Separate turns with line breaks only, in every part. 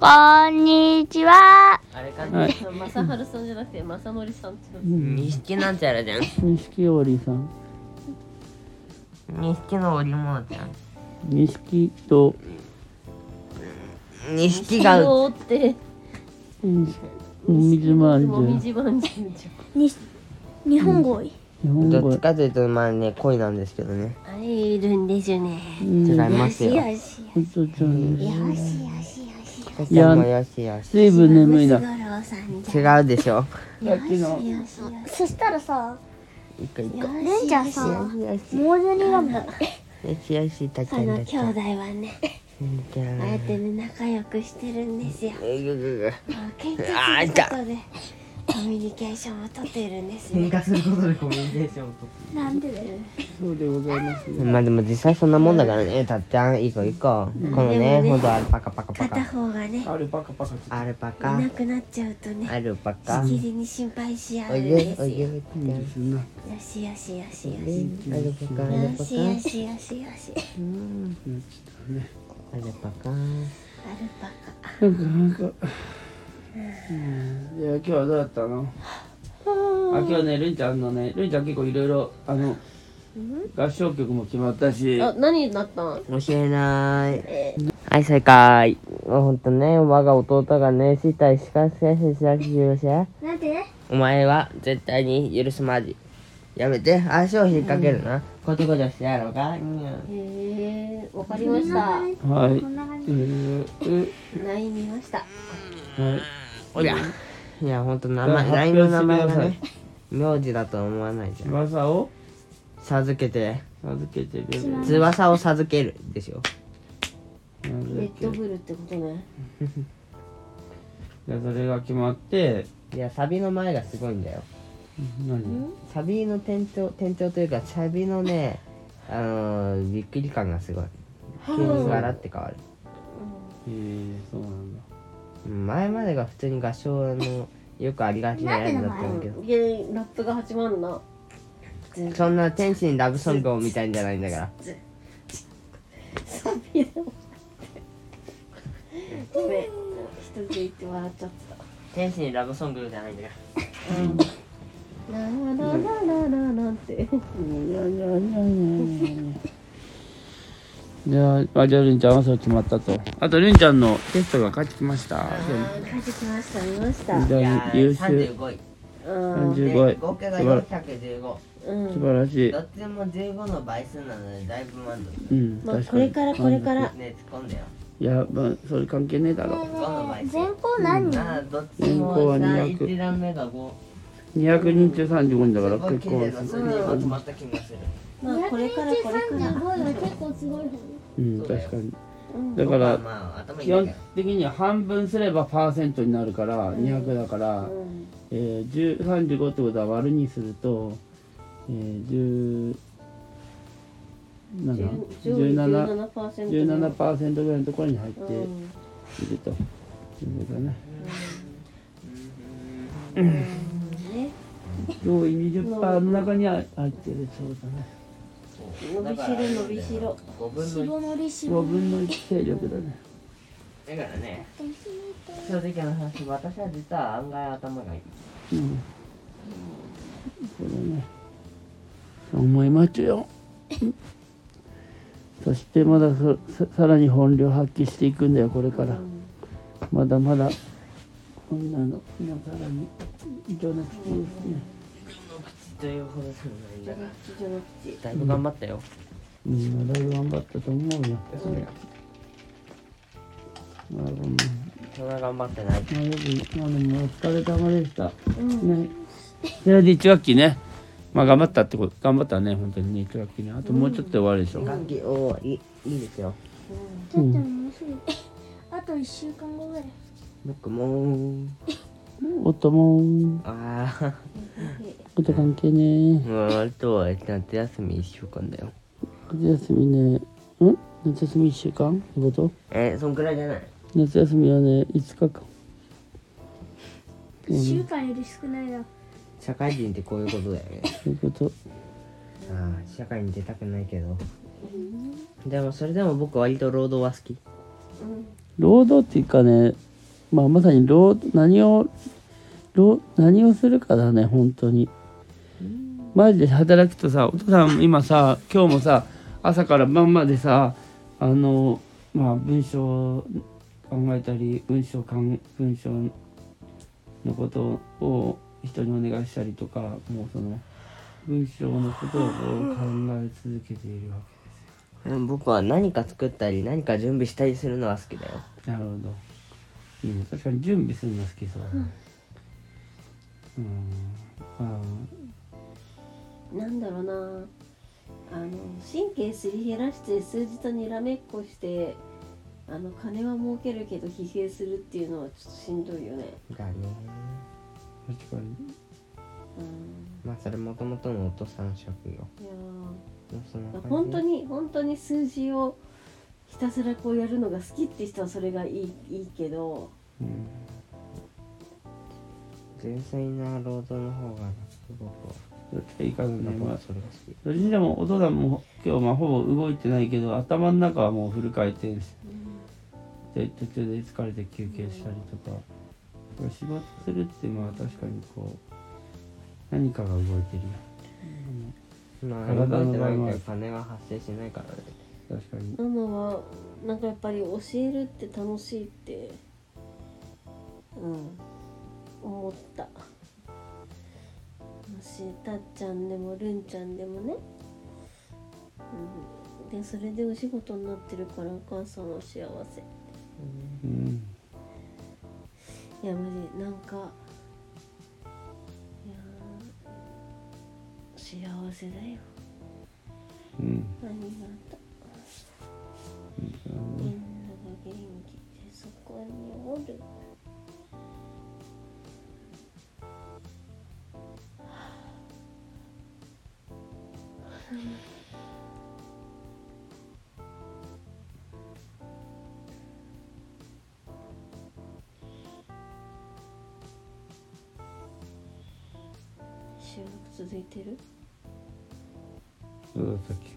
こんにちは。
あれか
は
ね
い。
マサハルさんじゃなくて、マサノリさんって言うの。
うん
錦なんちゃらじゃん。
錦織さん
錦の織物じゃん。
錦と
錦が。
そうって
うんもみじまん
もみ
じゅ
じまんじゅうじ
に日本語い。
う日本
ど
語
っちかというと、まあね、恋なんですけどね。
ゃん。いるんですよね。
うん
違い
ほん
ますよ。
よし
とちゃんです
よしよしよしよし。
いや、もよしよし。
ずいぶん眠いな
ムツゴロウさんじゃ。
違うでしょ。
そしたらさ、
一回一回。
レンちゃんさ、モーゼリガムだった。
よしよし、たちゃ
あ
ん
の
だ
兄
ち
弟
ゃ
は
ん。
ね、
じゃ
ああやっ
ん。
てね仲良くしてるんですよ。
えぐぐぐ。
献血することでコミュニケーションを取ってるんですね。
化することでコミュニケーションを
なんでだよ。
そうでございます
まあでも実際そんなもんだからね、たっちゃん、いい子いい子。このね、ほんとアルパカパカパ
片
カ。
方がね
あれパカパカ
アルパ
い
カ、
なくなっちゃうとね、
アルパカ。
しきりに心配し合
お
う
い
んで
ですお
よ。
いで、
よ
よ
ですな
しよしよしよし。
しアルパカ、アルパ
よし
カ。
よしよしよし。
うん
なっちゃったね
アルパカ。
アルパカ。
なんかなんかうんいや今日はどうだったのあ今日ねるんちゃんのねるんちゃん結構いろいろあの合唱曲も決まったし
あ、何だったん
教えない。はい、正解。ほんとね、我が弟がね、死体しかせせしなくしよし。
なんで？
お前は絶対に許すまじ。やめて、足を引っ掛けるな。こちょこちょしてやろうか。うん
へえ、わかりました。
はい
こんな感
え
じ。
ーえ
ライン見ました。
はい
おりゃ。いや、ほんと名
じゃあ
前、
発表
LINE の名前が
して
ね、名字だとは思わないじゃん。
翼を
授けて、
授けてベベ
翼を授けるでしょ。
レッド
じ
ブルってこと ね。
ゃあそれが決まって
いや、サビの前がすごいんだよ。
何
サビの転調転調というかサビのねあのー、びっくり感がすごい急にガラって変わる、
えー、そうなんだ
前までが普通に合唱のよくありがちなやつだったんだけど
いや、ラップが始まるな。
そんな天使にラブソングをみたいんじゃないんだから
サビだもん。ごめん、一つ言って笑っちゃっ
天使にラブソングじゃないんだか
た。ラララララララって。
じゃあ、あじゃあるんちゃんはそう決まったと。あと、るんちゃんのテストが返ってきました。
帰ってきました、見ました。
じゃあ、優秀。
35位
うん、
35位。素晴ら
415
うん。
素晴らしい。
っちも15の倍数なのでだいぶ満足
うん、
まあ、
確
こ
か
れ
に。
から、これから。
ね突っ込んだよ
いや、まあ、それ関係ねえだろ。
全校何人？
あどっ
ちもうんこは200さ一
段目が5
200人中35人だから、結構。
集まった気がする
まあ、これから、これから。
五位は結構すごい方。
うん、確かに。だか
まあ
ら、
まあ頭いい
基
んだけ
本
ど
的には半分すればパーセントになるから、200だから、
うん。
えー、10 35ってことは割るにすると、えー、17
十
17
七パーセント。
17%ぐらいのところに入って
う
い
ん。
るということだね。
ね。
上位20%の中には入ってるそうだね。
伸びしろ、伸びしろ。
5分の
白のりし
5分の1勢力だね。
1だからね正直な話私は実は案外頭がいい
うん。そうだね。思い待ちよ。そしてまだそささらに本領発揮していくんだよこれから。まだまだこんなの今さらに情熱的ですね。
というほどじゃないんだから
吉祥の口。
だいぶ頑張ったよ
みんなだいぶ頑張ったと思うよ。
そりゃ
まあ、こんな
そんな頑張ってない
まあ、よく、まあ、でも、お疲れ様でした。ね。それで一学期ね。まあ、頑張ったってこと、頑張ったね、本当にね、一学期ね、あともうちょっとで終わるでしょ
楽器おーいいいいですよ
ょっと面白い。あと一週間後ぐらい。
僕も
おっともー、
ああ
こと関係ね
もうあとは夏休み1週間だよ
夏休みね。ん、夏休み一週間、ってこと。
えそんくらいじゃない
夏休みはね、五日間。
一週間より少ないな。
社会人ってこういうことだよね
そういうこと。
ああ社会に出たくないけどでもそれでも僕割と労働は好き
労働っていうかね、まあ、まさにどう何をどう何をするかだね本当にマジで働くとさお父さん今さ今日もさ朝から晩までさあのまあ文章を考えたり文章かん文章のことを人にお願いしたりとかもうその文章のことを考え続けているわ
うん僕は何か作ったり何か準備したりするのは好きだよ
けなるほどいいね確かに準備するの好きそうだねうんああ
なんだろうなあの神経すり減らして数字とにらめっこしてあの金は儲けるけど疲弊するっていうのはちょっとしんどいよね
だね
確かに
うん
まあそれもともとのお父さんの職業
いや
もうそんな
ー
感じ
本当に本当に数字をひたすらこうやるのが好きって人はそれがいいいいけど
うん
純粋な労働の方が僕は
どっちがいいかな、ね
僕
まあ
は、それが好き
どっちでもお父さんも今日まあほぼ動いてないけど頭の中はもうフル回転してで途中で疲れて休憩したりとか仕事するってまあ確かにこう何かが動いてるよ
まあ
体の
動いてな
場合
いか
は
ら金は発生しないからね
確かに
ママはなんかやっぱり教えるって楽しいってうん思ったもしたっちゃんでもるんちゃんでもね、うん、でそれでお仕事になってるからお母さんは幸せ
うん
いやマジなんかいやー幸せだよ
うん
ありがとうみんなが元気でそこにおる収録続いてる
そうだったっけ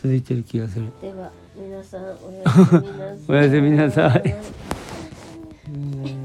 続いてる気がする
では皆さんおやすみなさい
おやすみなさい
うん